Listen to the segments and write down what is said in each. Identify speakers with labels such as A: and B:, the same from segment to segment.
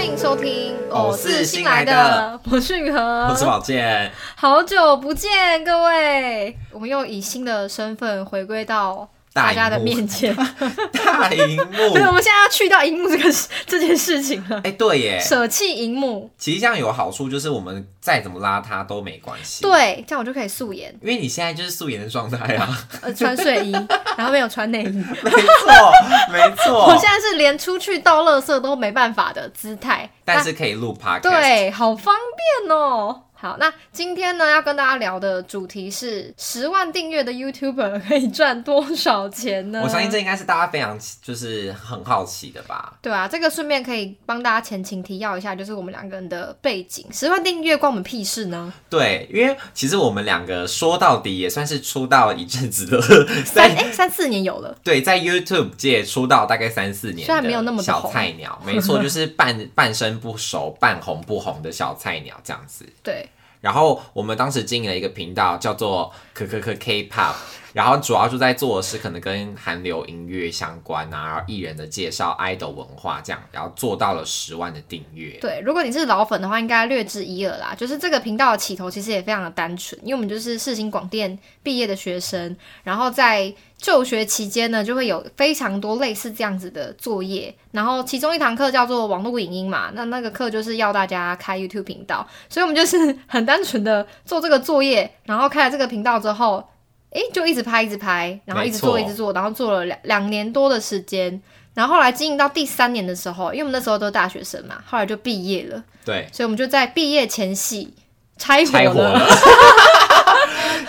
A: 听《
B: 偶
A: 我
B: 是
A: 是
B: 新
A: 新来
B: 来的
A: 的》，我是雨
B: 我
A: 禾，
B: 是宝剑，
A: 好久不见各位，我们又以新的身份回归到大家的面前。
B: 大荧幕
A: 对，。我们现在要去掉荧幕这个 事这件事情了，
B: 哎、 对耶，
A: 舍弃荧幕，
B: 其实这样有好处，就是我们再怎么邋遢都没关系。，
A: 对，这样我就可以素颜，
B: 因为你现在就是素颜的状 态啊。
A: 呃，穿睡衣，然后没有穿内衣。
B: 没错，没
A: 我
B: 错
A: 现。在是连出去倒垃圾都没办法的姿态，
B: 但是可以录 podcast。，
A: 对，好方便哦。好，那今天呢要跟大家聊的主题是十万订阅的 YouTuber 可以赚多少钱呢？
B: 我相信这应该是大家非常就是很好奇的吧。
A: 对啊，这个顺便可以帮大家前情提要一下，就是我们两个人的背景，十万订阅关我们屁事 呢？
B: 对，因为其实我们两个说到底也算是出道一阵子的，
A: 三
B: 在
A: 哎、三四年有了，
B: 对，在 YouTube 界出道大概三四年，
A: 虽然没有那么的
B: 小
A: 红
B: 菜鸟，没错，就是半半生不熟、半红不红的小菜鸟这样子。
A: 对，
B: 然后我们当时经营了一个频道，叫做可可可 K-pop，然后主要就在做的是可能跟韩流音乐相关啊，然后艺人的介绍、idol 文化这样，然后做到了十万的订阅。
A: 对，如果你是老粉的话，应该略知一二啦。就是这个频道的起头其实也非常的单纯，因为我们就是世新广电毕业的学生，然后在就学期间呢，就会有非常多类似这样子的作业。然后其中一堂课叫做网络影音嘛，那那个课就是要大家开 YouTube 频道，所以我们就是很单纯的做这个作业，然后开了这个频道之后。诶，就一直拍，一直拍，然后一直做，
B: 没
A: 一
B: 错
A: 直做，然后做了两两年多的时间，然后后来经营到第三年的时候，因为我们那时候都是大学生嘛，后来就毕业了，
B: 对，
A: 所以我们就在毕业前夕拆伙
B: 拆
A: 了。
B: 火了。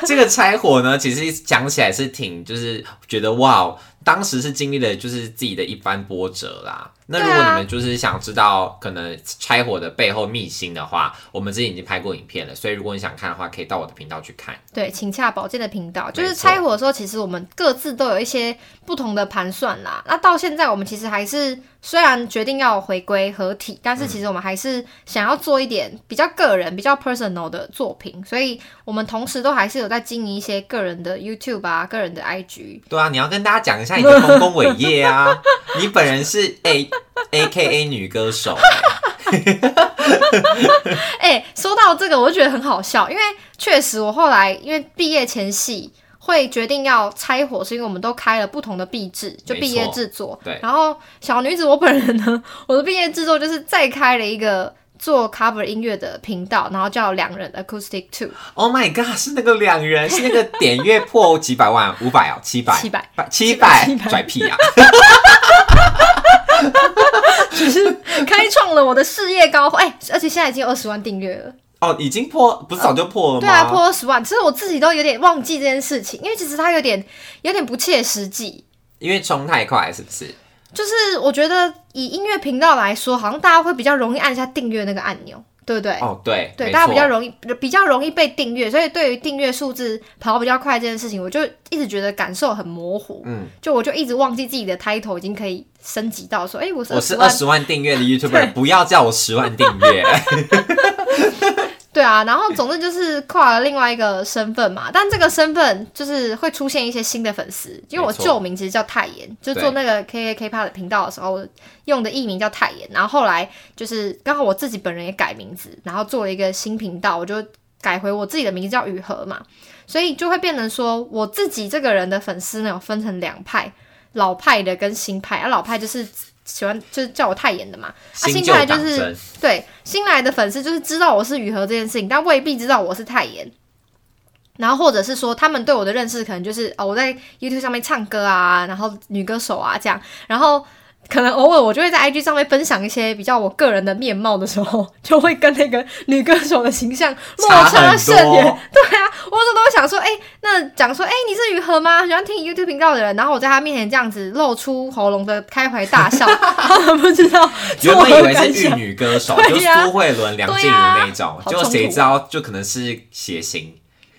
B: 这个拆火呢，其实讲起来是挺，就是觉得哇，当时是经历了就是自己的一番波折啦。那如
A: 对
B: 果
A: 啊
B: 你们就是想知道可能拆火的背后秘辛的话，我们之前已经拍过影片了，所以如果你想看的话，可以到我的频道去看。
A: 对，请洽保健的频道。就
B: 没
A: 是
B: 错
A: 拆伙的时候，其实我们各自都有一些不同的盘算啦。那到现在，我们其实还是虽然决定要回归合体，但
B: 嗯
A: 是其实我们还是想要做一点比较个人、比较 personal 的作品。所以我们同时都还是有在经营一些个人的 YouTube 啊、个人的 IG。
B: 对啊，你要跟大家讲一 下你的丰功伟业啊！你本人是 A A K A 女歌手、
A: 哎、说到这个，我就觉得很好笑，因为确实我后来因为毕业前夕会决定要拆伙，是因为我们都开了不同的毕制，就
B: 没
A: 毕业
B: 错
A: 制作。
B: 对
A: 然后小女子我本人呢， 我的毕业制作就是再开了一个做 cover 音乐的频道，然后叫两人 acoustic two
B: Oh my god，是那个两人，是那个点阅破几百万，五百哦，七百，
A: 七百，
B: 七百
A: 七百，
B: 拽屁啊！
A: 开创了我的事业高峰。哎、而且现在已经有二十万订阅了。
B: 哦，已经破，不是早就哦破了吗？
A: 对啊，破二十万，其实我自己都有点忘记这件事情，因为其实它有点有点不切实际。
B: 因为冲太快，是不是？
A: 就是我觉得以音乐频道来说，好像大家会比较容易按下订阅那个按钮，对不对？
B: 哦，对，
A: 哎对，
B: 没
A: 大家比较
B: 错
A: 容易比较容易被订阅，所以对于订阅数字跑比较快这件事情，我就一直觉得感受很模糊。
B: 嗯，
A: 就我就一直忘记自己的 title 已经可以升级到说，哎、我是
B: 我是
A: 20
B: 二
A: 万啊
B: 十万 订阅的 YouTuber，不要叫我十万订阅。
A: 对啊，然后总之就是跨了另外一个身份嘛，但这个身份就是会出现一些新的粉丝，因为我
B: 没错
A: 旧名其实叫泰妍，就做那个 K K K p o 的频道的时候我用的艺名叫泰妍，然后后来就是刚好我自己本人也改名字，然后做了一个新频道，我就改回我自己的名字叫雨禾嘛，所以就会变成说我自己这个人的粉丝呢有分成两派，老派的跟新派，啊老派就是喜欢就是叫我泰妍的嘛，啊
B: 新
A: 新
B: 旧
A: 派就
B: 党
A: 是
B: 争，
A: 对，新来的粉丝就是知道我是雨禾这件事情，但未必知道我是泰妍。然后或者是说，他们对我的认识可能就是哦，我在 YouTube 上面唱歌啊，然后女歌手啊这样，然后可能偶尔我就会在 IG 上面分享一些比较我个人的面貌的时候， 就会跟那个女歌手的形象落差
B: 很
A: 甚远。
B: 多。
A: 对啊，我有时候都会想说，哎、那讲说，哎、你是于和吗？喜欢听 YouTube 频道的人，然后我在他面前这样子露出喉咙的开怀大 笑，他们不知道
B: 原本以为是
A: 玉
B: 玉女歌手，就
A: 对呀
B: 苏慧伦、梁静茹
A: 对呀
B: 那种，
A: 好
B: 结果
A: 冲
B: 谁
A: 突
B: 知道就可能是谐星，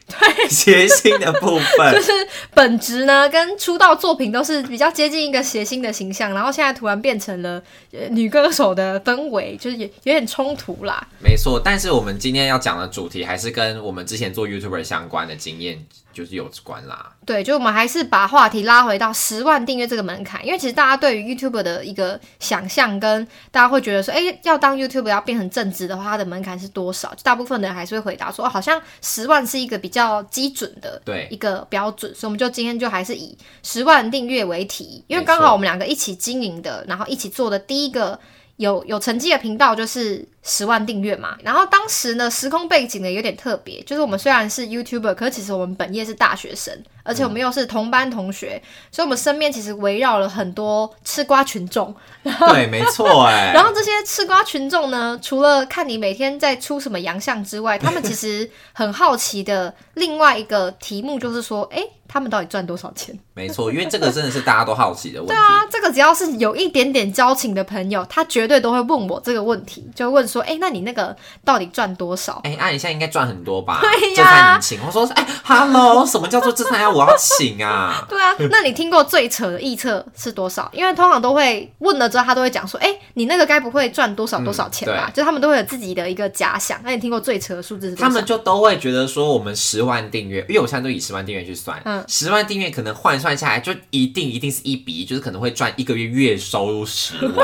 B: 对，谐星的部
A: 就
B: 分，
A: 是本职呢，跟出道作品都是比较接近一个谐星的形象，然后现在突然变成了、呃女歌手的氛围，就是也有点冲突啦。
B: 没错。但是我们今天要讲的主题还是跟我们之前做 YouTuber 相关的经验就是有关啦。
A: 对，就我们还是把话题拉回到十万订阅这个门槛，因为其实大家对于 YouTube 的一个想象，跟大家会觉得说，哎，要当 YouTube 要变成正职的话，它的门槛是多少？就大部分的人还是会回答说，哦好像十万是一个比较基准的
B: 对
A: 一个标准，所以我们就今天就还是以十万订阅为题，因为刚
B: 没错
A: 好我们两个一起经营的，然后一起做的第一个。有有成绩的频道就是十万订阅嘛，然后当时呢，时空背景呢有点特别，就是我们虽然是 YouTuber，可是其实我们本业是大学生，而且我们
B: 嗯
A: 又是同班同学，所以我们身边其实围绕了很多吃瓜群众。
B: 对，没错，哎，
A: 然后这些吃瓜群众呢，除了看你每天在出什么洋相之外，他们其实很好奇的另外一个题目就是说，哎，他们到底赚多少钱？
B: 没错，因为这个真的是大家都好奇的问题。
A: 啊，这个只要是有一点点交情的朋友，他绝对都会问我这个问题，就问说，哎、那你那个到底赚多少？
B: 哎，那、你现在应该赚很多吧？
A: 对呀
B: 这餐你请。我说，哎、哈 h e l l o 什么叫做这餐要我要请啊？
A: 对啊，那你听过最扯的臆测是多少？因为通常都会问了之后，他都会讲说，哎、你那个该不会赚多少多少钱吧？就他们都会有自己的一个假想。那你听过最扯的数字是多
B: 他
A: 少？
B: 们就都会觉得说，我们十万订阅，因为我现在都以十万订阅去算，
A: 嗯
B: 十万订阅可能换算下来就一定一定是一比一，就是可能会赚一个月月收入十 万。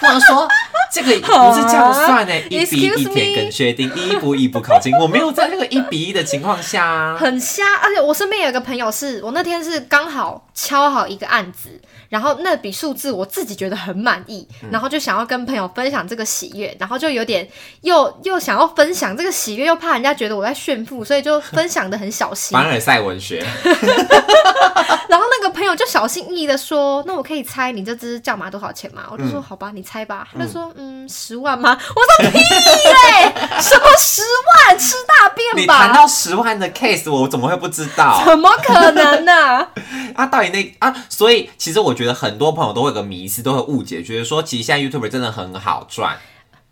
B: 我想说，这个不是这样算的、一比一
A: 啊 Excuse
B: 天
A: me
B: 更确定，一步一步靠近。我没有在那个一比一的情况下、啊，
A: 很瞎，而且我身边有一个朋友是，我那天是刚好敲好一个案子，然后那笔数字我自己觉得很满意，
B: 嗯
A: 然后就想要跟朋友分享这个喜悦，然后就有点又又想要分享这个喜悦，又怕人家觉得我在炫富，所以就分享的很小心
B: 凡。尔赛文学。
A: 然后那个朋友就小心翼翼的说：“那我可以猜你这只叫马多少钱吗？”我就
B: 嗯
A: 说：“好吧，你猜吧。”他就说：“嗯，十万吗？”我说：“屁嘞、什么十万？吃大
B: 你
A: 便
B: 谈
A: 吧！
B: 到十万的 case，我怎么会不知道？
A: 怎么可能呢、
B: 啊，到底那啊，所以其实我觉得很多朋友都会有个迷思，都会误解，觉得说其实现在 YouTube 真的很好赚，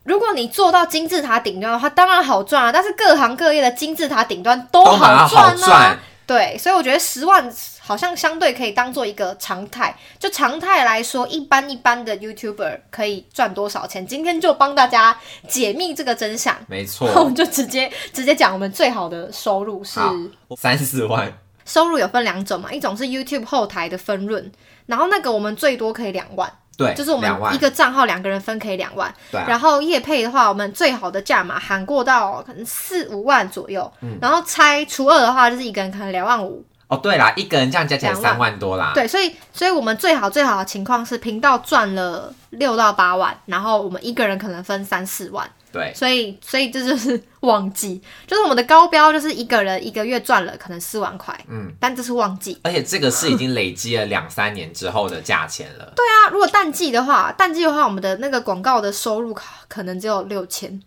A: 如果你做到金字塔顶端的话，当然好赚啊。但是各行各业的金字塔顶端都
B: 都蛮
A: 哦好
B: 好
A: 赚啊。
B: 赚。
A: 对，所以我觉得十万好像相对可以当做一个常态。就常态来说，一般一般的 YouTuber 可以赚多少钱？今天就帮大家解密这个真相。
B: 没
A: 我
B: 错
A: 们，就直接直接讲，我们最好的收入是
B: 好三四万，
A: 收入有分两种嘛，一种是 YouTube 后台的分润，然后那个我们最多可以两万，
B: 对，
A: 就是我
B: 哎两
A: 们一
B: 万，
A: 个账号两个人分可以两万，
B: 对啊，
A: 然后业配的话，我们最好的价码喊过到可能四五万左右，
B: 嗯
A: 然后拆除二的话，就是一个人可能两万五。
B: 哦，对啦，一个人这样加起来
A: 两万
B: 三万多啦，
A: 对，所以所以我们最好最好的情况是频道赚了六到八万，然后我们一个人可能分三四万，
B: 对，
A: 所以所以这就是旺季，就是我们的高标就是一个人一个月赚了可能四万块，
B: 嗯
A: 嗯，但这是旺季。
B: 而且这个是已经累积了两三年之后的价钱了，对，
A: 那如果淡季的话，淡季的话，我们的那个广告的收入可能只有六千，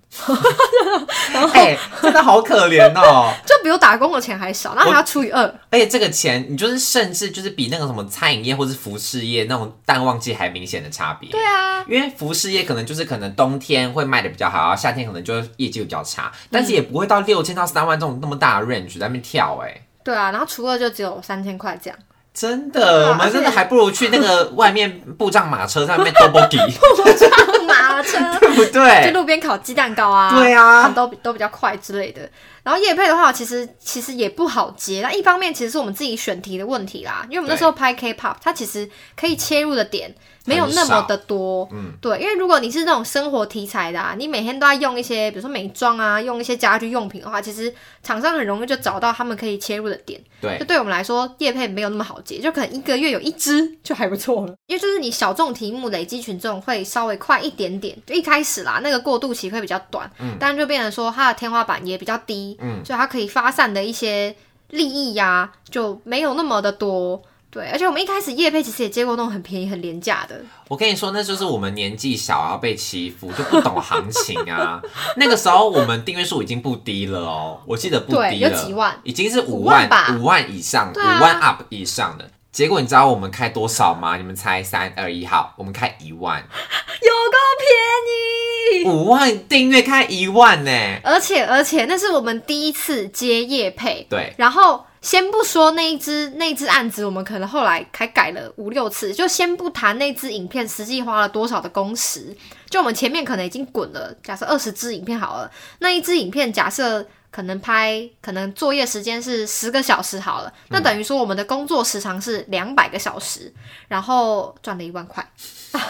B: 哎、真的好可怜哦。
A: 就比我打工的钱还少，然后还要除以二。
B: 而且这个钱，你就是甚至就是比那个什么餐饮业或是服饰业那种淡旺季还明显的差别。
A: 对啊，
B: 因为服饰业可能就是可能冬天会卖的比较好，然后夏天可能就是业绩会比较差，但
A: 嗯
B: 是也不会到六千到三万这种那么大的 range 在那边跳哎、
A: 对啊，然后除二就只有三千块这样，
B: 真
A: 对
B: 的，
A: 啊
B: 我们真的还不如去那个外面布障马车上面 double d
A: 马 车
B: 对不
A: 去
B: 对？
A: 路边烤鸡蛋糕啊，
B: 哎对
A: 啊
B: 啊，
A: 都比都比较快之类的。然后夜配的话，其实其实也不好接。那一方面其实是我们自己选题的问题啦，因为我们那时候拍 K-pop，它其实可以切入的点没有那么的多。
B: 嗯，
A: 对，因为如果你是那种生活题材的、啊，你每天都在用一些比如说美妆啊，用一些家居用品的话，其实厂商很容易就找到他们可以切入的点。就
B: 对，
A: 对我们来说，业配没有那么好接，就可能一个月有一支就还不错了。因为就是你小众题目累积群众会稍微快一点点，就一开始啦，那个过渡期会比较短，
B: 嗯
A: 但就变成说它的天花板也比较低，
B: 嗯
A: 所以它可以发散的一些利益呀、就没有那么的多。对，而且我们一开始业配其实也接过那种很便宜、很廉价的，
B: 我跟你说，那就是我们年纪小，然后被欺负，就不懂行情 啊。那个时候我们订阅数已经不低了哦，我记得不
A: 对，
B: 低
A: 有
B: 了，
A: 几万。
B: 已经是五
A: 五万
B: 万
A: 吧
B: 五万以上，五、
A: 对啊
B: 万 up 以上的。结果你知道我们开多少吗？你们猜三二一号，我们开 一万，
A: 有够便宜。
B: 五万订阅开一万呢、
A: 而且而且，那是我们第一次接业配，
B: 对，
A: 然后先不说那一支那一支案子，我们可能后来还改了五六次，就先不谈那支影片实际花了多少的工时。就我们前面可能已经滚了，假设二十支影片好了，那一支影片假设可能拍，可能作业时间是十个小时好了，那等于说我们的工作时长是两百个小时，然后赚了一万块，
B: 等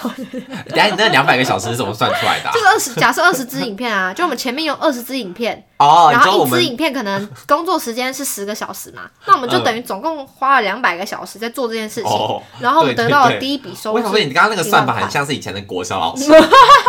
B: 一下你那两百个小时是怎么算出来的啊、
A: 就是二十，假设二十支影片啊，就我们前面有二十支影片，
B: 哦，
A: 然
B: 你知道
A: 后
B: 我
A: 一支
B: 们
A: 影片可能工作时间是十个小时嘛，那我们就等于总共花了两百个小时在做这件事情，
B: 嗯哦，
A: 然后我们
B: 对
A: 得
B: 对
A: 到
B: 对
A: 的第一笔收
B: 我
A: 入
B: 想说，
A: 是
B: 你刚刚那个算法
A: 一万块
B: 很像是以前的国小 老师，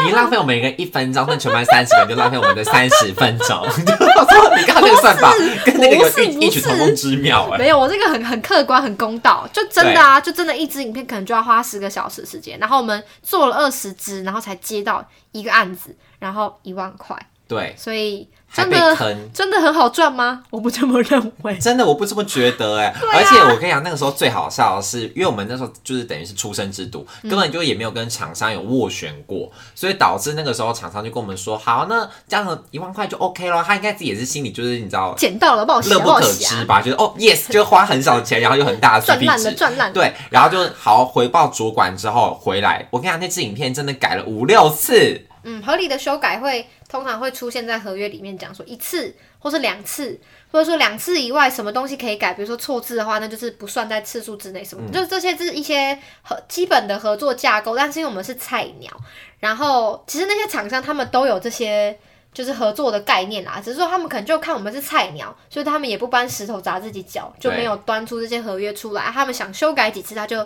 B: 你浪费我们一个一分钟，那全班三十个人就浪费我们的三十分钟。 我说你刚刚那个算法跟那个有
A: 不是
B: 异异曲同工之妙哎、
A: 没有，我这个很很客观、很公道，就真的啊，就真的一支影片可能就要花十个小时时间，然后我们做了二十支，然后才接到一个案子，然后一万块，
B: 对，
A: 所以
B: 还
A: 真
B: 被
A: 的
B: 坑。
A: 真的很好赚吗？我不这么认为。
B: 真的，我不这么觉得 哎、
A: 啊
B: 而且我跟你讲，那个时候最好笑的是，因为我们那时候就是等于是出生之犊，根
A: 嗯
B: 本就也没有跟厂商有斡旋过，所以导致那个时候厂商就跟我们说，好，那这样子一万块就 OK 咯。他应该自己也是心里就是你知道
A: 捡到了报喜
B: 乐
A: 啊，
B: 不
A: 报
B: 可
A: 喜
B: 支
A: 啊！
B: 吧，觉得哦 yes 就花很少的钱，然后又很大的
A: 赚
B: CP
A: 烂了，
B: 值，
A: 赚烂了。
B: 对，然后就好回报主管之后回来，我跟你讲，那支影片真的改了五六次，
A: 嗯，合理的修改会通常会出现在合约里面，讲说一次或是两次，或者说两次以外什么东西可以改，比如说错字的话，那就是不算在次数之内，什么、就是这些是一些合基本的合作架构。但是因为我们是菜鸟，然后其实那些厂商他们都有这些。就是合作的概念啦，只是说他们可能就看我们是菜鸟，所以他们也不搬石头砸自己脚，就
B: 对
A: 没有端出这些合约出来。他们想修改几次，他就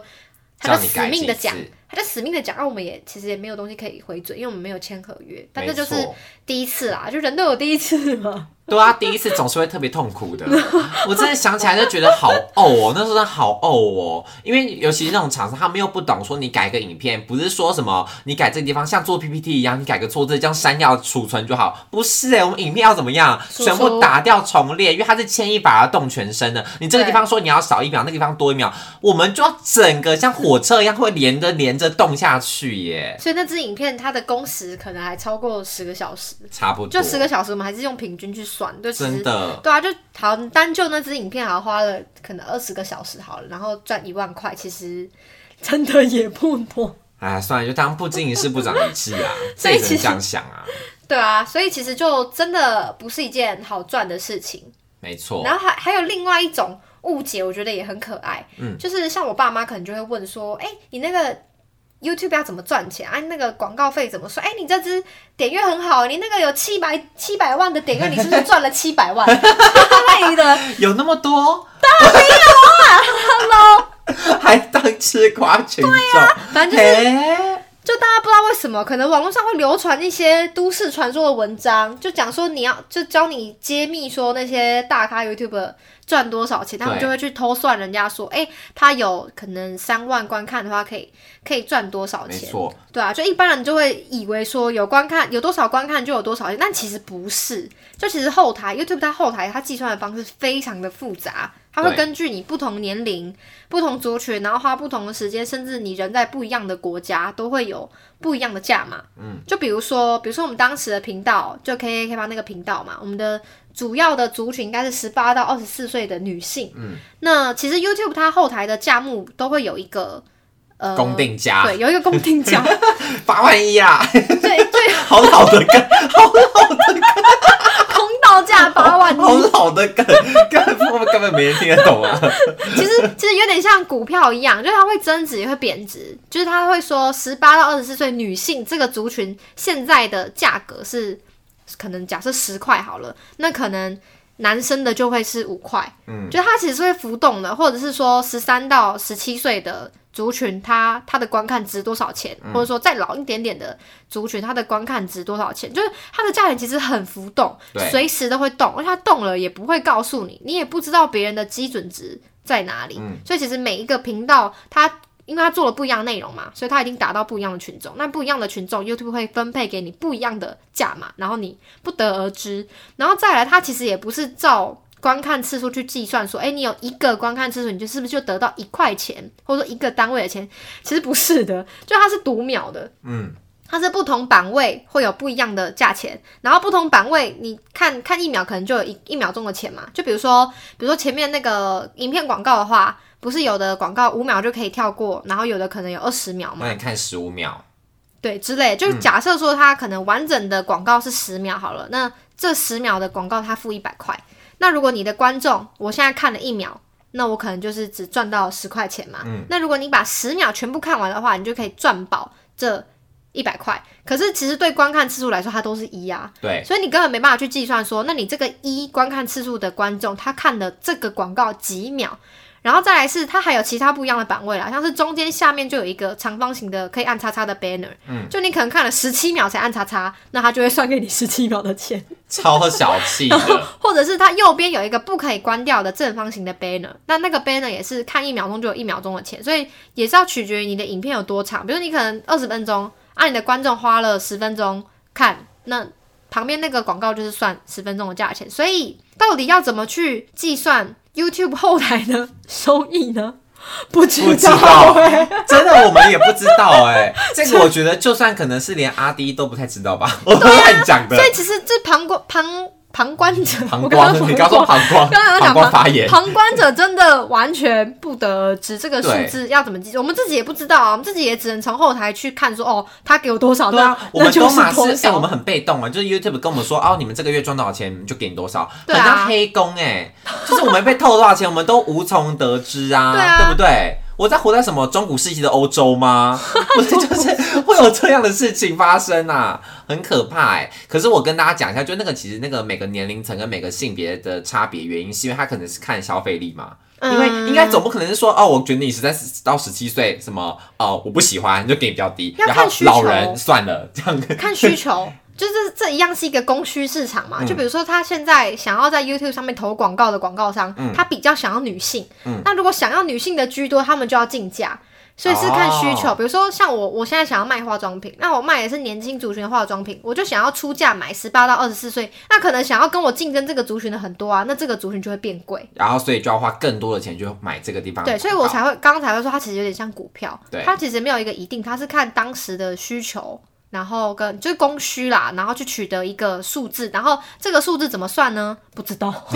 A: 他
B: 叫
A: 就
B: 你
A: 死
B: 改
A: 命
B: 几
A: 的
B: 次
A: 讲，，他就死命的讲，让我们也其实也没有东西可以回嘴，因为我们没有签合约。但
B: 没
A: 这就是
B: 错
A: 第一次啦，就人都有第一次嘛。
B: 对啊，第一次总是会特别痛苦的。 我真的想起来就觉得好怄哦，那时候真的好怄哦，因为尤其是那种厂商，他们又不懂说你改个影片，不是说什么你改这个地方像做 PPT 一样，你改个错字这样删掉储存就好，不是哎、我们影片要怎么样，
A: 叔叔
B: 全部打掉重列，因为它是牵一发而动全身的。你这个地方说你要少一秒，那个地方多一秒，我们就要整个像火车一样会连着连着动下去耶，
A: 所以那支影片它的工时可能还超过十个小时，
B: 差不多
A: 就，十个小时，我们还是用平均去算，对，其
B: 真
A: 实
B: 的。
A: 对啊，就好单就那支影片好像花了可能二十个小时好了，然后赚一万块，其 实真的也不多。
B: 哎，算了，就当不经一事不长一智 啊，这
A: 所以
B: 也只
A: 其
B: 能
A: 实
B: 这样想啊。
A: 对啊，所以其实就真的不是一件好赚的事情。
B: 没错，
A: 然后还还有另外一种误解，我觉得也很可爱，嗯，就是像我爸妈可能就会问说，哎、你那个 YouTube 要怎么赚钱啊？你那个广告费怎么算？哎、你这支点阅很好，你那个有七百七百万的点阅，你是不是赚了七百万 之类的？
B: 有那么多？当然没有啊，Hello，还 当吃瓜群众？
A: 啊反正就是
B: 哎，
A: 就大家不知道为什么，可能网络上会流传一些都市传说的文章，就讲说你要就教你揭秘说那些大咖 YouTuber 赚多少钱，他们
B: 对
A: 就会去偷算人家说，哎、他有可能三万观看的话，可以可以赚多少
B: 没
A: 钱？
B: 错，
A: 对啊，就一般人就会以为说有观看有多少观看就有多少钱，但其实不是。就其实后台 YouTube 它后台它计算的方式非常的复杂，它会
B: 对
A: 根据你不同年龄、不同族群，然后花不同的时间，甚至你人在不一样的国家，都会有不一样的价码。嗯，就比如说，比如说我们当时的频道就 K K K 八那个频道嘛，我们的主要的族群应该是十八到二十四岁的女性。嗯，那其实 YouTube 它后台的价目都会有一个。呃，
B: 公定价
A: 对，有一个公定价，
B: 八万一啊，
A: 对对，
B: 好老的梗，
A: 公道价八万
B: 好
A: 一，
B: 老的梗，根本根本没人听得懂啊。
A: 其实其实有点像股票一样，就是它会增值也会贬值，就是它会说十八到二十四岁女性这个族群现在的价格是可能假设十块好了，那可能。男生的就会是五块，嗯，就它其实是会浮动的，或者是说十三到十七岁的族群，它它的观看值多少钱，或者说再老一点点的族群，它的观看值多少钱，就是它的价钱其实很浮动，
B: 对
A: 随时都会动，而且它动了也不会告诉你，你也不知道别人的基准值在哪里，所以其实每一个频道它。因为它做了不一样的内容嘛，所以它一定打到不一样的群众。那不一样的群众，YouTube 会分配给你不一样的价码，然后你不得而知。然后再来，它其实也不是照观看次数去计算，说，哎，你有一个观看次数，你就是不是就得到一块钱，或者说一个单位的钱？其实不是的，就它是读秒的，
B: 嗯，
A: 它是不同版位会有不一样的价钱，然后不同版位你看看一秒可能就有一一秒钟的钱嘛，就比如说比如说前面那个影片广告的话，不是有的广告五秒就可以跳过，然后有的可能有二十秒嘛，
B: 那你看十五秒，
A: 对之类。就假设说它可能完整的广告是十秒好了，那这十秒的广告它付一百块。那如果你的观众，我现在看了一秒，那我可能就是只赚到十块钱嘛。那如果你把十秒全部看完的话，你就可以赚饱这一百块。可是其实对观看次数来说，它都是一啊。
B: 对，
A: 所以你根本没办法去计算说，那你这个一观看次数的观众，他看的这个广告几秒，然后再来是它还有其他不一样的版位啦，像是中间下面就有一个长方形的可以按叉叉的 banner，嗯，就你可能看了十七秒才按叉叉，那他就会算给你十七秒的钱，
B: 超小气的，
A: 或者是它右边有一个不可以关掉的正方形的 banner，那那个 banner 也是看一秒钟就有一秒钟的钱，所以也是要取决于你的影片有多长，比如你可能二十分钟，按、你的观众花了十分钟看，那旁边那个广告就是算十分钟的价钱，所以到底要怎么去计算 YouTube 后台的收益呢？不知
B: 不知
A: 道、
B: 道
A: 欸，
B: 真的我们也不知道哎、
A: 啊
B: 这个我觉得就算可能是连阿迪都不太知道吧，我乱讲的
A: 啊所。以其实这旁观旁旁观者，
B: 膀
A: 我刚
B: 胱
A: 刚，
B: 你刚说膀胱，
A: 刚刚有
B: 膀
A: 讲
B: 胱
A: 旁
B: 发炎，
A: 旁观者真的完全不得而知，这个数
B: 对
A: 字要怎么记？我们自己也不知道啊，我们自己也只能从后台去看说，哦，他给我多少，
B: 对
A: 那
B: 啊，我
A: 那
B: 们
A: 就
B: 都
A: 是
B: 马是
A: 多
B: 哎、我
A: 少。
B: 们很被动啊，就是 YouTube 跟我们说哦，你们这个月赚多少钱，我们就给你多少，
A: 对啊
B: 很像黑工哎、就是我们被透多少钱，我们都无从得知啊，
A: 对啊
B: 不对？我在活在什么中古世纪的欧洲吗？ 不是， 就是会有这样的事情发生啊，很可怕哎、可是我跟大家讲一下，就那个其实那个每个年龄层跟每个性别的差别原因，是因为他可能是看消费力嘛，
A: 嗯
B: 因为应该总不可能是说哦，我觉得你十三到十七岁什么哦，我不喜欢就给你比较低，
A: 要
B: 然
A: 看
B: 后
A: 需求
B: 老人算了这样。
A: 看需求，就是这一样是一个供需市场嘛。就比如说，他现在想要在 YouTube 上面投广告的广告商，他比较想要女性。那如果想要女性的居多，他们就要竞价。所以是看需求，
B: 哦
A: 比如说像我，我现在想要卖化妆品，那我卖的是年轻族群的化妆品，我就想要出价买十八到二十四岁，那可能想要跟我竞争这个族群的很多啊，那这个族群就会变贵。
B: 然后所以就要花更多的钱去买这个地方的
A: 对，
B: 广告。
A: 所以我才会刚刚才会说，它其实有点像股票
B: 对，
A: 它其实没有一个一定，它是看当时的需求，然后跟就是供需啦，然后去取得一个数字，然后这个数字怎么算呢？不知道，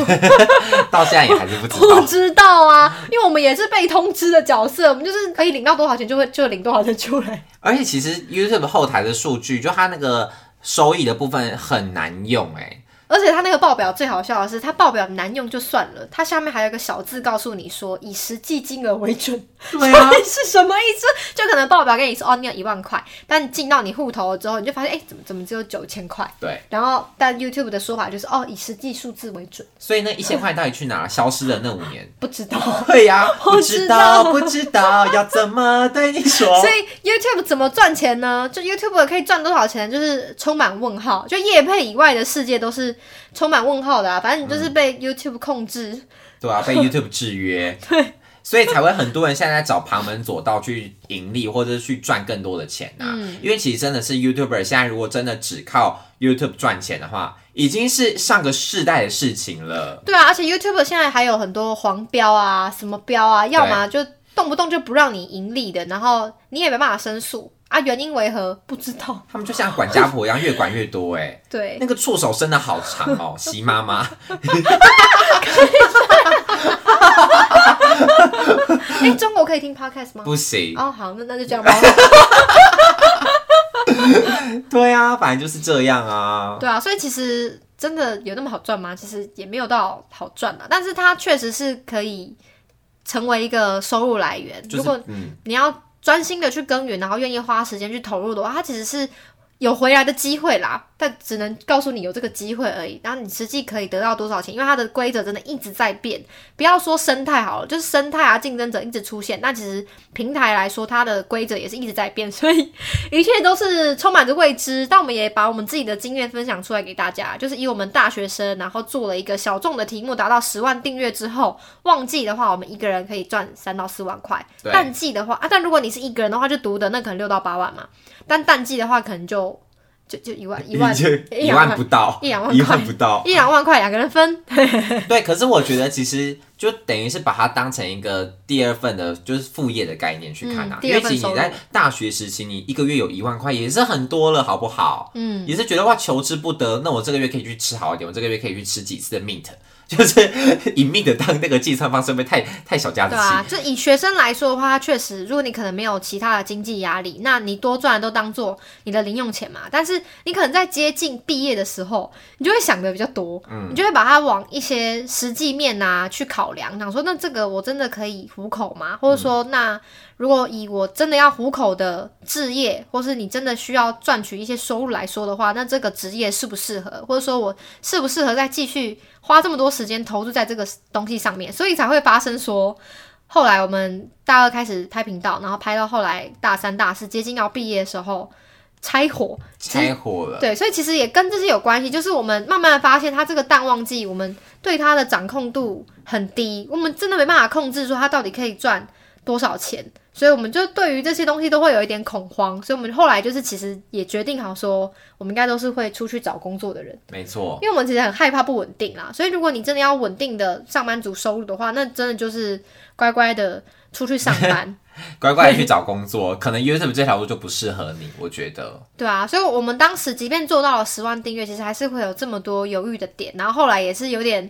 B: 到现在也还是不知
A: 不
B: 道。
A: 知道啊，因为我们也是被通知的角色，我们就是可以领到多少钱就会就领多少钱出来。
B: 而且其实 YouTube 后台的数据，就它那个收益的部分很难用哎、
A: 而且它那个报表最好笑的是，它报表难用就算了，它下面还有一个小字告诉你说以实际金额为准，
B: 对啊
A: 是什么意思？就可能报表跟你说哦，你有一万块，但你进到你户头之后，你就发现哎、怎么怎么只有九千块？
B: 对，
A: 然后但 YouTube 的说法就是哦，以实际数字为准，
B: 所以那一千块到底去哪了？消失的那五 年。
A: 不知道。
B: 对呀、不
A: 不
B: 知
A: 知
B: 道
A: 道
B: 不知道要怎么对你说
A: 所。以 YouTube 怎么赚钱呢？就 YouTube 可以赚多少钱，就是充满问号。就业配以外的世界都是充满问号的啊，反正你就是被 YouTube 控制。
B: 对啊，被 YouTube 制约，对，所以才会很多人现在在找旁门左道去盈利，或者是去赚更多的钱啊。
A: 嗯
B: 因为其实真的是 YouTuber 现在如果真的只靠 YouTube 赚钱的话，已经是上个世代的事情了。
A: 对啊，而且 YouTube 现在还有很多黄标啊、什么标啊，要么就动不动就不让你盈利的，然后你也没办法申诉啊，原因为何不知道。
B: 他们就像管家婆一样，越管越多哎、
A: 对
B: 那，个触手伸的好长 哦，席妈妈。
A: 哎、中国可以听 Podcast 吗？
B: 不行，
A: 哦，好，那那就这样吧。
B: 对啊，反正就是这样啊。
A: 对啊，所以其实真的有那么好赚吗？其实也没有到好赚啊，但是它确实是可以成为一个收入来源。
B: 就
A: 如
B: 是
A: 果
B: 嗯，
A: 你要专心的去耕耘，然后愿意花时间去投入的话，它其实是有回来的机会啦。但只能告诉你有这个机会而已。然后你实际可以得到多少钱，因为它的规则真的一直在变。不要说生态好了，就是生态啊，竞争者一直出现。那其实平台来说，它的规则也是一直在变， 所以一切都是充满着未知。但我们也把我们自己的经验分享出来给大家，就是以我们大学生，然后做了一个小众的题目，达到十万订阅之后，旺季的话，我们一个人可以赚三到四万块。
B: 对
A: 淡季的话啊，但如果你是一个人的话，就读的那可能六到八万嘛。但淡季的话，可能就就就一万一万
B: 就
A: 一
B: 一万不到，
A: 一两万
B: 一
A: 块
B: 万不到，
A: 一两万块，两个人分。
B: 对，可是我觉得其实就等于是把它当成一个第二份的，就是副业的概念去看啊。
A: 嗯
B: 因
A: 第二
B: 为
A: 份
B: 其实
A: 收入
B: 你在大学时期，你一个月有一万块也是很多了，好不好？嗯，也是觉得哇求之不得，那我这个月可以去吃好一点，我这个月可以去吃几次的 meat，就是 以 meat 当那个计算方式，会不会太太小家子
A: 对
B: 气？
A: 啊，就以学生来说的话，他确实，如果你可能没有其他的经济压力，那你多赚的都当做你的零用钱嘛。但是你可能在接近毕业的时候，你就会想的比较多，你就会把它往一些实际面啊去考量，想说那这个我真的可以糊口吗？或者说，那如果以我真的要糊口的置业，或是你真的需要赚取一些收入来说的话，那这个职业适不适合，或者说我适不适合再继续花这么多时间投入在这个东西上面，所以才会发生说。后来我们大二开始拍频道，然后拍到后来大三、大四接近要毕业的时候拆伙，
B: 拆火了。
A: 对，所啊以其实也跟这些有关系。就是我们慢慢地发现，它这个淡旺季，我们对它的掌控度很低，我们真的没办法控制说它到底可以赚多少钱，所以我们就对于这些东西都会有一点恐慌。所以我们后来就是其实也决定好说，我们应该都是会出去找工作的人。
B: 没错，
A: 因为我们其实很害怕不稳定啦，所以如果你真的要稳定的上班族收入的话，那真的就是乖乖的出去上班，
B: 乖 乖地去找工作，可能 YouTube 这条路就不适合你，我觉得。
A: 对啊。所以我们当时即便做到了十万订阅，其实还是会有这么多犹豫的点，然后后来也是有点。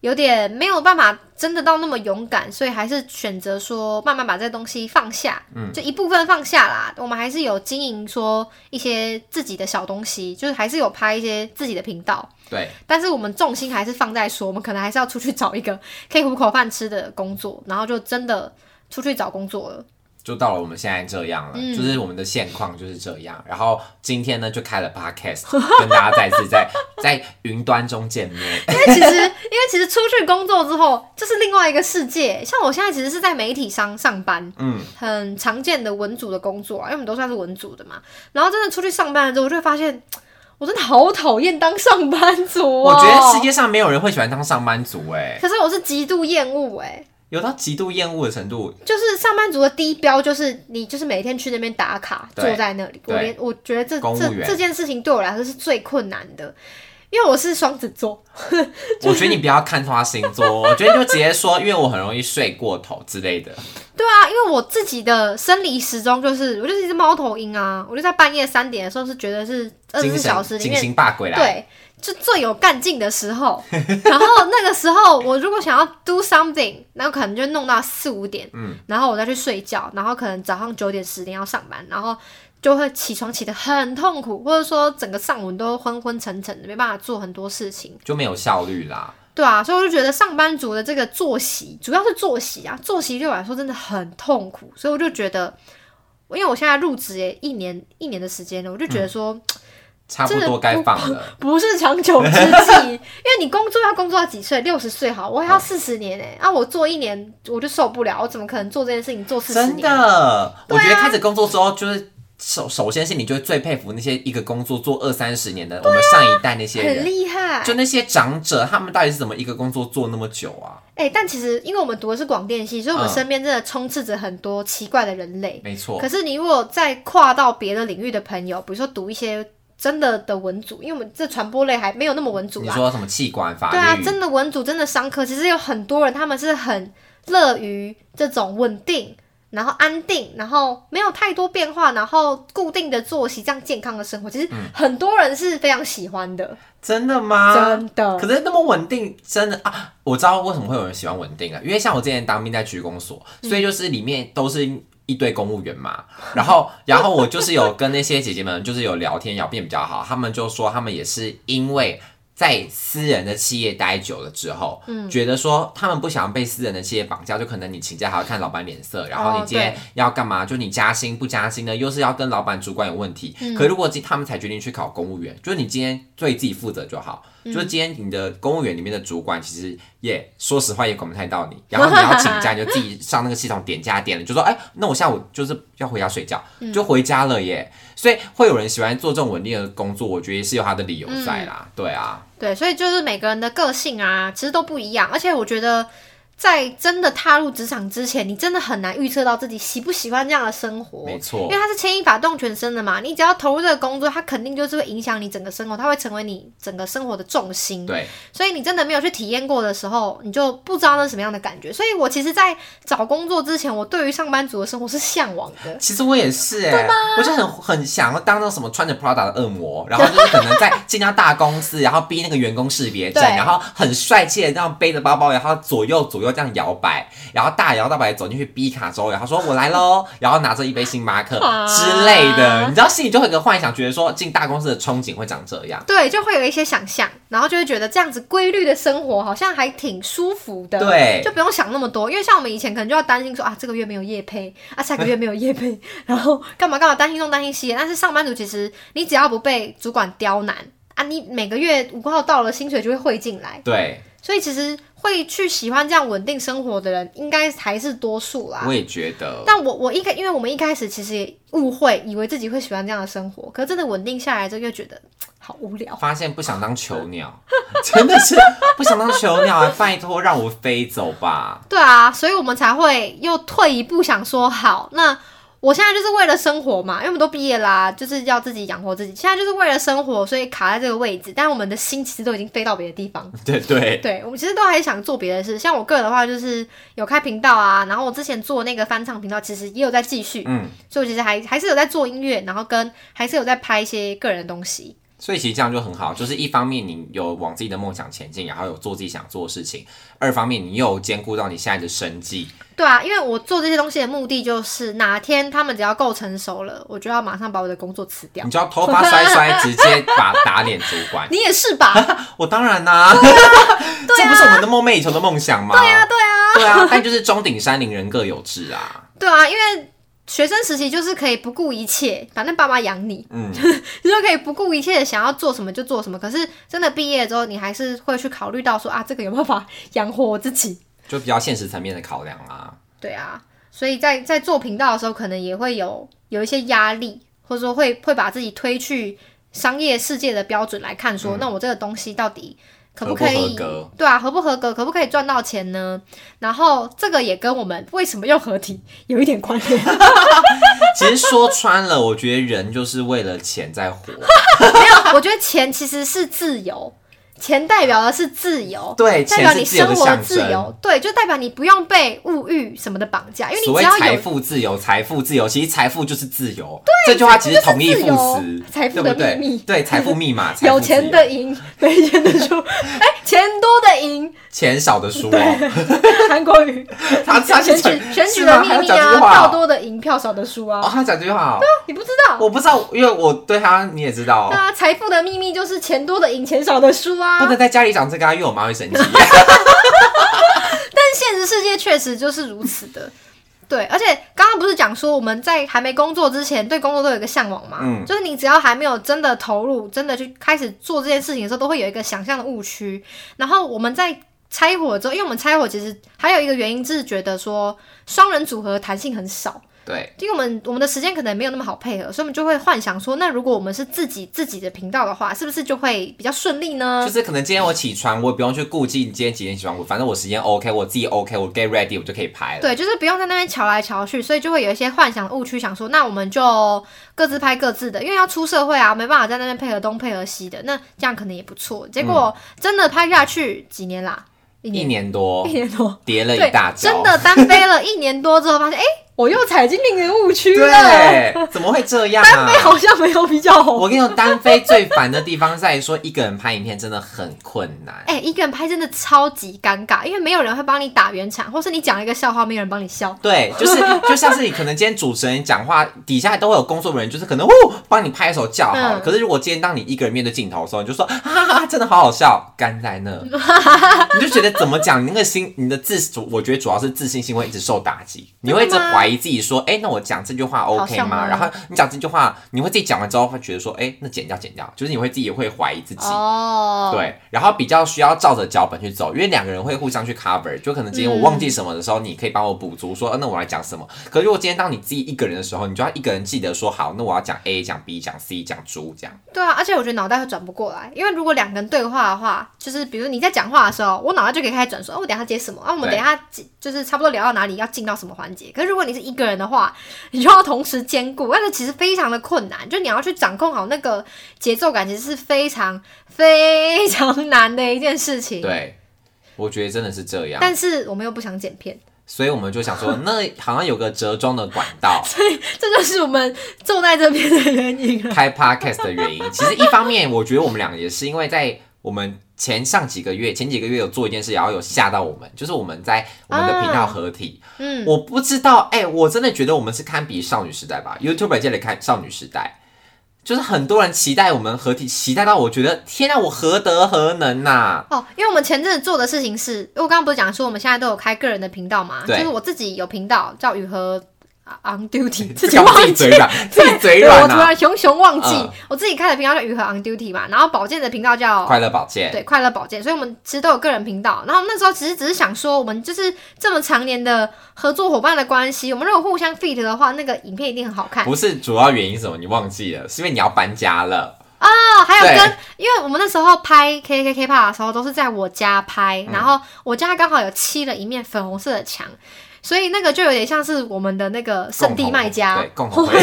A: 有点没有办法真的到那么勇敢，所以还是选择说慢慢把这东西放下，嗯，就一部分放下啦。我们还是有经营说一些自己的小东西，就是还是有拍一些自己的频道，
B: 对，
A: 但是我们重心还是放在说，我们可能还是要出去找一个 可以糊口饭吃的工作，然后就真的出去找工作 了。
B: 就到了我们现在这样了，
A: 嗯
B: 就是我们的现况就是这样。然后今天呢，就开了 podcast，跟大家再 次在在云端中见面。
A: 因为其实，因为其实出去工作之后，就是另外一个世界。像我现在其实是在媒体商上班，
B: 嗯，
A: 很常见的文组的工作啊，因为我们都算是文组的嘛。然后真的出去上班了之后，我就会发现，我真的好讨厌当上班族、哦。
B: 我觉得世界上没有人会喜欢当上班族、哎，
A: 可是我是极度厌恶哎、
B: 有到极度厌恶的程度。
A: 就是上班族的低标，就是你就是每天去那边打卡，
B: 对
A: 坐在那里。我
B: 对
A: 连我觉得这
B: 公务
A: 这
B: 员
A: 这件事情对我来说是最困难的，因为我是双子座，
B: 我觉得你不要看花星座，我觉得你就直接说，因为我很容易睡过头之类的。
A: 对啊，因为我自己的生理时钟就是我就是一只猫头鹰啊，我就在半夜三点的时候是觉得是二十
B: 精
A: 四
B: 神
A: 小时里
B: 精
A: 面
B: 心霸鬼啦，
A: 对，就最有干劲的时候。 然后那个时候，我如果想要 do something，然后可能就弄到四五点，
B: 嗯
A: 然后我再去睡觉，然后可能早上九点十点要上班，然后就会起床起得很痛苦，或者说整个上午都昏昏沉沉的，没办法做很多事情。
B: 就没有效率啦。
A: 对啊，所以我就觉得上班族的这个作息，主要是作息啊， 作息对我来说真的很痛苦，所以我就觉得。因为我现在入职也一年一年的时间了，我就觉得说，
B: 差不
A: 真的
B: 多该
A: 不
B: 放了，
A: 不是长久之 计，因为你工作要工作到几岁？六十岁好，我还要四十年哎、啊，我做一年我就受不了，我怎么可能做这件事情做四十
B: 真
A: 年？
B: 的。我
A: 对啊
B: 觉得开始工作之后，就是首首先是你就会最佩服那些一个工作做二三十年的，我们上一代那些
A: 啊很
B: 人，
A: 厉害
B: 就那些长者，他们到底是怎么一个工作做那么久啊？
A: 哎、但其实因为我们读的是广电系，所以我们
B: 嗯哦
A: 身边真的充斥着很多奇怪的人类。
B: 没错
A: 可，是你如果再跨到别的领域的朋友，比如说读一些真的的文组，因为我们这传播类还没有那么文组
B: 你
A: 啦，
B: 说什么气管法律？
A: 对啊，真的文组真的商科，其实有很多人他们是很乐于这种稳定，然后安定，然后没有太多变化，然后固定的作息，这样健康的生活，其实
B: 嗯
A: 很多人是非常喜欢的，
B: 真的吗？
A: 真的。
B: 可是那么稳定，真的啊！我知道为什么会有人喜欢稳定了，因为像我之前当兵在区公所，
A: 嗯
B: 所以就是里面都是一堆公务员嘛。然后， 然后我就是有跟那些姐姐们就是有聊天，聊变比较好。他们就说他们也是因为在私人的企业待久了之后，
A: 嗯
B: 觉得说他们不想被私人的企业绑架，就可能你请假还要看老板脸色，然后
A: 哦
B: 你今天
A: 对
B: 要干嘛？就你加薪不加薪呢？又是要跟老板主管有问题。
A: 嗯
B: 可如果今他们才决定去考公务员，就是你今天对自己负责就好。
A: 嗯
B: 就是今天你的公务员里面的主管，其实也说实话也管不太到你。然后你要请假，你就自己上那个系统点加点了，就说哎，那我下午就是要回家睡觉，
A: 嗯
B: 就回家了耶。所以会有人喜欢做这种稳定的工作，我觉得也是有他的理由
A: 嗯
B: 在啦。对啊，
A: 对，所以就是每个人的个性啊，其实都不一样，而且我觉得。在真的踏入职场之前，你真的很难预测到自己喜不喜欢这样的生活，
B: 没错
A: 因为，它是牵一发动全身的嘛。你只要投入这个工作，它肯定就是会影响你整个生活，它会成为你整个生活的重心。
B: 对，
A: 所以你真的没有去体验过的时候，你就不知道那是什么样的感觉。所以我其实，在找工作之前，我对于上班族的生活是向往的。
B: 其实我也是哎、我就很很想要当那种什么穿着 Prada 的恶魔，然后就是可能在进到大公司，然后逼那个员工识别证，
A: 对
B: 然后很帅气的这样背着包包，然后左右左右这样摇摆，然后大摇大摆走进去逼卡之后，然后说我来喽，然后拿着一杯星巴克
A: 啊
B: 之类的，你知道心里就会有个幻想，觉得说进大公司的憧憬会长这样。
A: 对，就会有一些想象，然后就会觉得这样子规律的生活好像还挺舒服的，
B: 对
A: 就不用想那么多。因为像我们以前可能就要担心说啊，这个月没有业配，啊，下个月没有业配， 然后干嘛干嘛担心东担心西的。但是上班族其实你只要不被主管刁难啊，你每个月五号到了，薪水就会汇进来，
B: 对，
A: 所以其实会去喜欢这样稳定生活的人，应该还是多数啦
B: 我。也觉得。
A: 但我我一开，因为我们一开始其实也误会，以为自己会喜欢这样的生活，可是真的稳定下来之后，又觉得嗯好无聊。
B: 发现不想当囚鸟， 真的是不想当囚鸟啊！拜托让我飞走吧。
A: 对啊，所以我们才会又退一步，想说好，那我现在就是为了生活嘛，因为我们都毕业啦、就是要自己养活自己。现在就是为了生活，所以卡在这个位置，但我们的心其实都已经飞到别的地方。
B: 对对，
A: 对，我们其实都还想做别的事。像我个人的话，就是有开频道啊，然后我之前做那个翻唱频道，其实也有在继续，
B: 嗯，
A: 所以我其实还还是有在做音乐，然后跟还是有在拍一些个人的东西。
B: 所以其实这样就很好，就是一方面你有往自己的梦想前进，然后有做自己想做的事情；二方面你又有兼顾到你现在的生计。
A: 对啊，因为我做这些东西的目的就是，哪天他们只要够成熟了，我就要马上把我的工作辞掉
B: 你。就要头发甩甩，直接把打脸主 管。
A: 你也是吧？
B: 我当然啦、
A: 啊
B: 这不是我们的梦寐以求的梦想吗？对啊，对啊，对啊。但就是钟鼎山林人各有志啊。
A: 对啊，因为学生时期就是可以不顾一切，反正爸妈养你，
B: 嗯，
A: 你就可以不顾一切的想要做什么就做什么。可是真的毕业之后，你还是会去考虑到说啊，这个有没有办法养活我自己？
B: 就比较现实层面的考量啦。
A: 对啊，所以在在做频道的时候，可能也会有有一些压力，或者说会会把自己推去商业世界的标准来看说，那我这个东西到底。可不可
B: 嗯合不
A: 以
B: 合格
A: 对啊，合不合格？可不可以赚到钱呢？然后这个也跟我们为什么用合体 有一点关联。
B: 其实说穿了，我觉得人就是为了钱 在活。
A: 没有，我觉得钱其实是自由，钱代表的是自由，
B: 对，
A: 代
B: 钱
A: 表
B: 是
A: 你
B: 自由
A: 生
B: 的
A: 活的
B: 象
A: 自
B: 征。
A: 由，对，就代表你不用被物欲什么的绑架，因为你
B: 所谓
A: 只要
B: 财
A: 有。
B: 富自由，财富自由，其实财富就是自由。对，这句话其实同义副词，
A: 财富就是自由财富的
B: 对不
A: 秘密
B: 对？对，财富密 码，财富
A: 有
B: 自由
A: 钱的 赢，没钱的输。哎、钱多的赢。
B: 钱少的输哦。
A: 韩国语，
B: 他他
A: 选
B: 是
A: 举选举
B: 是
A: 的
B: 吗
A: 秘
B: 还要
A: 密
B: 讲这
A: 啊，
B: 句话
A: 票
B: 哦
A: 多的赢，票少的输啊。
B: 哦，他讲这句话哦，
A: 你不知道？
B: 我不知道，因为我对他你也知道
A: 啊对
B: 哦，
A: 啊，财富的秘密就是钱多的赢，钱少的输啊。
B: 不能在家里讲这个啊，因为我妈 会生气。
A: 但现实世界确实就是如此的。对，而且刚刚不是讲说我们在还没工作之前对工作都有一个向往嘛？
B: 嗯
A: 就是你只要还没有真的投入，真的去开始做这件事情的时候，都会有一个想象的误区。然后我们在拆伙之后，因为我们拆伙其实还有一个原因就是觉得说双人组合弹性很少，
B: 对，
A: 因为我们我们的时间可能没有那么好配合，所以我们就会幻想说，那如果我们是自己自己的频道的话，是不是就会比较顺利呢？
B: 就是可能今天我起床，我也不用去顾忌今天几点起床，我反正我时间 OK，我自己 OK，我 get ready，我就可以拍了。
A: 对，就是不用在那边瞧来瞧去，所以就会有一些幻想的误区，想说那我们就各自拍各自的，因为要出社会啊，没办法在那边配合东配合西的，那这样可能也不错。结果真的拍下去几年啦，一
B: 一
A: 年
B: 年多
A: 嗯一年多，
B: 叠了
A: 对
B: 一大，跤
A: 真，的单飞了一年多之后，发现哎、诶 我又踩进另一个误区了，哎
B: 对，怎么会这 样啊？
A: 好像没有比较红。
B: 我跟你说，单飞最烦的地方在于说，一个人拍影片真的很困难。
A: 哎、一个人拍真的超级尴尬，因为没有人会帮你打圆场，或是你讲了一个笑话，没有人帮你笑。
B: 对，就是就像是你可能今天主持人讲话，底下都会有工作人员，就是可能哦帮你拍手叫好了。
A: 嗯
B: 可是如果今天当你一个人面对镜头的时候，你就说哈哈哈，真的好好笑，干在 那，你就觉得怎么讲，你那个心，你的自主，我觉得主要是自信心会一直受打击，你会一直怀疑自己说，哎、那我讲这句话 OK
A: 像
B: 吗？
A: 嗯吗
B: 然后你讲这句话，你会自己讲完之后会觉得说，哎、那剪掉剪掉，就是你会自己会怀疑自己。
A: 哦，，
B: 对，然后比较需要照着脚本去走，因为两个人会互相去 cover，就可能今天我忘记什么的时候，你可以帮我补足说、呃那我来讲什么。可是如果今天当你自己一个人的时候，你就要一个人记得说，好，那我要讲 A，讲 B，讲 C，讲猪这样。
A: 对啊，而且我觉得脑袋会转不过来，因为如果两个人对话的话，就是比如你在讲话的时候，我脑袋就可以开始转说，哦，我等一下接什么啊，我们
B: 对
A: 等一下接就是差不多聊到哪里，要进到什么环节。可是如果你是一个人的话，你就要同时兼顾，但是其实非常的困难，就你要去掌控好那个节奏感，其实是非常非常难的一件事情。，
B: 对，我觉得真的是这样。
A: 但是我们又不想剪片，
B: 所以我们就 想说，那好像有个折中的管道，
A: 这就是我们坐在这边的原因啊了。
B: 开 podcast 的原因。其实一方面，我觉得我们俩也是因为在我们前上几个月、前几个月有做一件事，然后有吓到我们，就是我们在我们的频道合体。
A: 啊嗯，
B: 我不知道，哎、我真的觉得我们是堪比少女时代吧，YouTube 界的堪少女时代。就是很多人期待我们合体，期待到我觉得天啊，我何德何能呐、
A: 哦，因为我们前阵子做的事情是，因为我刚刚不是讲说我们现在都有开个人的频道嘛，就
B: 对
A: 是我自己有频道叫雨禾啊 on duty，自己
B: 干嘛自
A: 忘
B: 己
A: 记
B: 嘴。软，自己
A: 对，
B: 嘴软
A: 我突
B: 啊！
A: 然熊熊忘记，
B: 嗯
A: 我自己开的频道叫雨禾 on duty 嘛，然后保健的频道叫
B: 快乐宝剑，
A: 对快乐保健，所以我们其实都有个人频道。然后那时候其实只是想说，我们就是这么常年的合作伙伴的关系，我们如果互相 feed 的话，那个影片一定很好看。
B: 不是主要原因是什么，你忘记了，是因为你要搬家了。
A: 哦，还有
B: 对
A: 跟，因为我们那时候拍 K K K p 的时候，都是在我家拍，然后我家刚好有漆了一面粉红色的墙，所以那个就有点像是我们的那个圣地卖家
B: 对，，共同回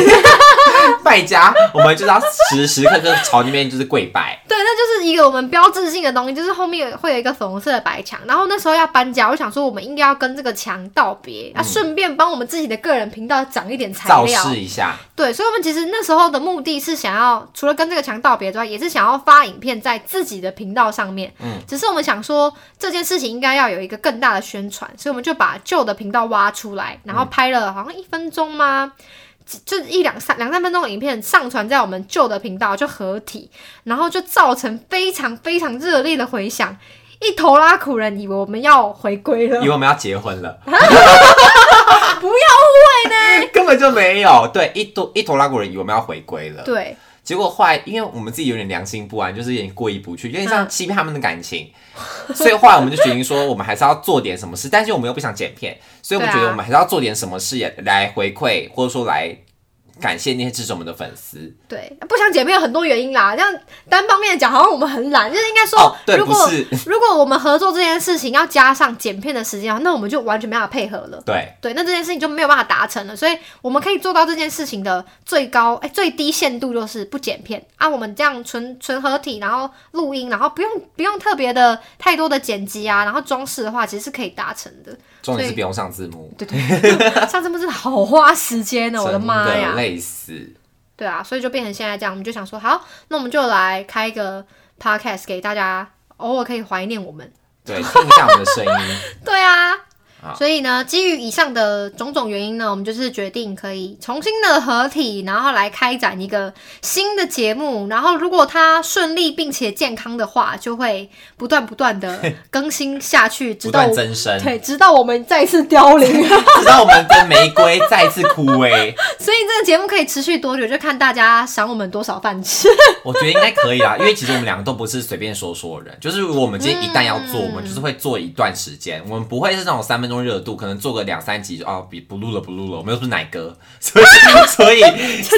B: 卖家，我们就是要时时刻刻朝那边就是跪拜。
A: 对，那就是一个我们标志性的东西，就是后面有会有一个粉红色的白墙，然后那时候要搬家，我想说我们应该要跟这个墙道别，
B: 嗯
A: 啊，顺便帮我们自己的个人频道长一点材
B: 造
A: 料，
B: 势一下，
A: 对，所以我们其实那时候的目的是想要，除了跟这个墙道别之外，也是想要发影片在自己的频道上面。
B: 嗯，
A: 只是我们想说这件事情应该要有一个更大的宣传，所以我们就把旧的频道挖出来，然后
B: 嗯
A: 拍了好像一分钟吗？几就一两三两三分钟的影片上传在我们旧的频道就合体，然后就造成非常非常热烈的回响，一头拉苦人以为我们要回归了啊
B: 以，为我们要结婚 了，
A: 不要哎
B: 根本就没有。对，一坨一坨拉古人以为我们要回归了，
A: 对，
B: 结果后来因为我们自己有点良心不安，就是有点过意不去，有点像
A: 嗯
B: 欺骗他们的感情，所以后来我们就决定说，我们还是要做点什么事，但是我们又不想剪片，所以我们觉
A: 对
B: 得
A: 啊
B: 我们还是要做点什么事也来回馈，或者说来感谢那些支持我们的粉丝。
A: 对，不想姐妹有很多原因啦，这样单方面讲好像我们很懒，就是应该说，
B: 哦，对，
A: 如
B: 不
A: 果
B: 是，
A: 如果我们合作这件事情要加上剪片的时间啊，那我们就完全没办法配合了。
B: 对。
A: 对，那这件事情就没有办法达成了，所以我们可以做到这件事情的最高哎、最低限度就是不剪片啊，我们这样纯纯合体，然后录音，然后不用不用特别的太多的剪辑啊，然后装饰的话，其实是可以达成的。
B: 重点
A: 所以
B: 是不用上字幕，
A: 对对，上次不是好花时间呢、我的
B: 真
A: 妈呀！
B: 累死！
A: 对啊，所以就变成现在这样，我们就想说，好，那我们就来开一个 podcast 给大家，偶尔可以怀念我们。
B: 对，听一下我们的声音，
A: 对啊
B: 好，
A: 所以呢，基于以上的种种原因呢，我们就是决定可以重新的合体，然后来开展一个新的节目。然后如果它顺利并且健康的话，就会不断不断 的更新下去， 直
B: 不
A: 到
B: 断
A: 我
B: 增生，
A: 对，直到我们再次凋零。
B: 直到我们的玫瑰再次枯萎。
A: 所以这个节目可以持续多久，就看大家赏我们多少饭吃。
B: 我觉得应该可以啦，因为其实我们两个都不是随便说说的人，就是如果我们今天一旦要做，
A: 嗯
B: 我们就是会做一段时间，我们不会是那种三分钟热度，可能做个两三集就哦，比不录了不录了，我们又不是奶哥， 所以所以 所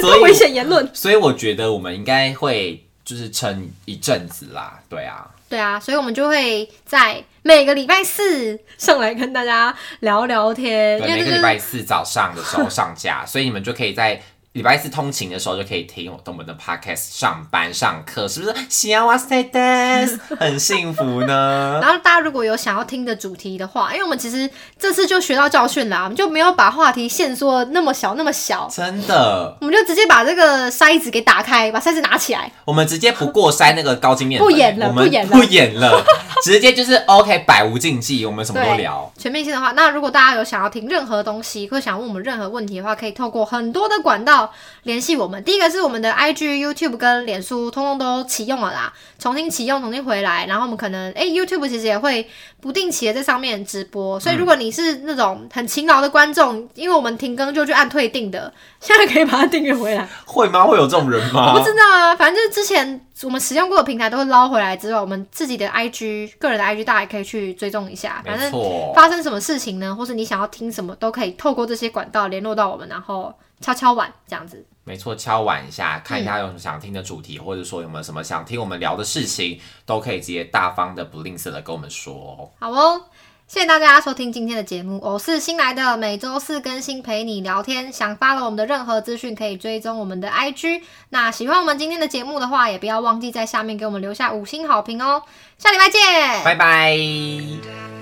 A: 这危
B: 以
A: 险言论。
B: 所以我觉得我们应该会就是撑一阵子啦，对啊，
A: 对啊，所以我们就会在每个礼拜四 上来跟大家聊聊天，
B: 对，
A: 因
B: 每
A: 为
B: 个
A: 这
B: 礼
A: 就是
B: 拜四早上的时 候上架，所以你们就可以在礼拜四通勤的时候就可以听我我们的 podcast 上班上课，是不是？幸哇塞 dance 很幸福呢。
A: 然后大家如果有想要听的主题的话，因为我们其实这次就学到教训啦，我们就没有把话题限缩得那么小那么小，
B: 真的，
A: 我们就直接把这个筛子给打开，把筛子拿起来，
B: 我们直接不过筛那个高筋面粉，
A: 不演了
B: 我们
A: 不演了
B: 不演 了，直接就是 OK，百无禁忌，我们什么都
A: 对
B: 聊。
A: 全面性的话，那如果大家有想要听任何东西，或想问我们任何问题的话，可以透过很多的管道要联系我们。第一个是我们的 IG、YouTube 跟脸书，通通都启用了啦，重新启用，重新回来。然后我们可能，哎，YouTube 其实也会不定期的在上面直播，所以如果你是那种很勤劳的观众，因为我们停更就去按退订的，现在可以把它订阅回来。
B: 会吗？会有这种人
A: 我
B: 吗
A: 不？知道啊，反正就是之前我们使用过的平台都会捞回来之后，我们自己的 IG 个人的 IG 大家也可以去追踪一下。反
B: 没
A: 正
B: 错，
A: 发生什么事情呢，或是你想要听什么，都可以透过这些管道联络到我们，然后敲敲碗这样子。
B: 没错，敲碗一下，
A: 嗯
B: 看一下有什么想听的主题，或者说有没有什么想听我们聊的事情，都可以直接大方的、不吝啬的跟我们说哦。
A: 好哦，谢谢大家收听今天的节目。我是新来的，每周四更新陪你聊天。想发了我们的任何资讯，可以追踪我们的 IG。那喜欢我们今天的节目的话，也不要忘记在下面给我们留下五星好评哦。下礼拜见，
B: 拜拜。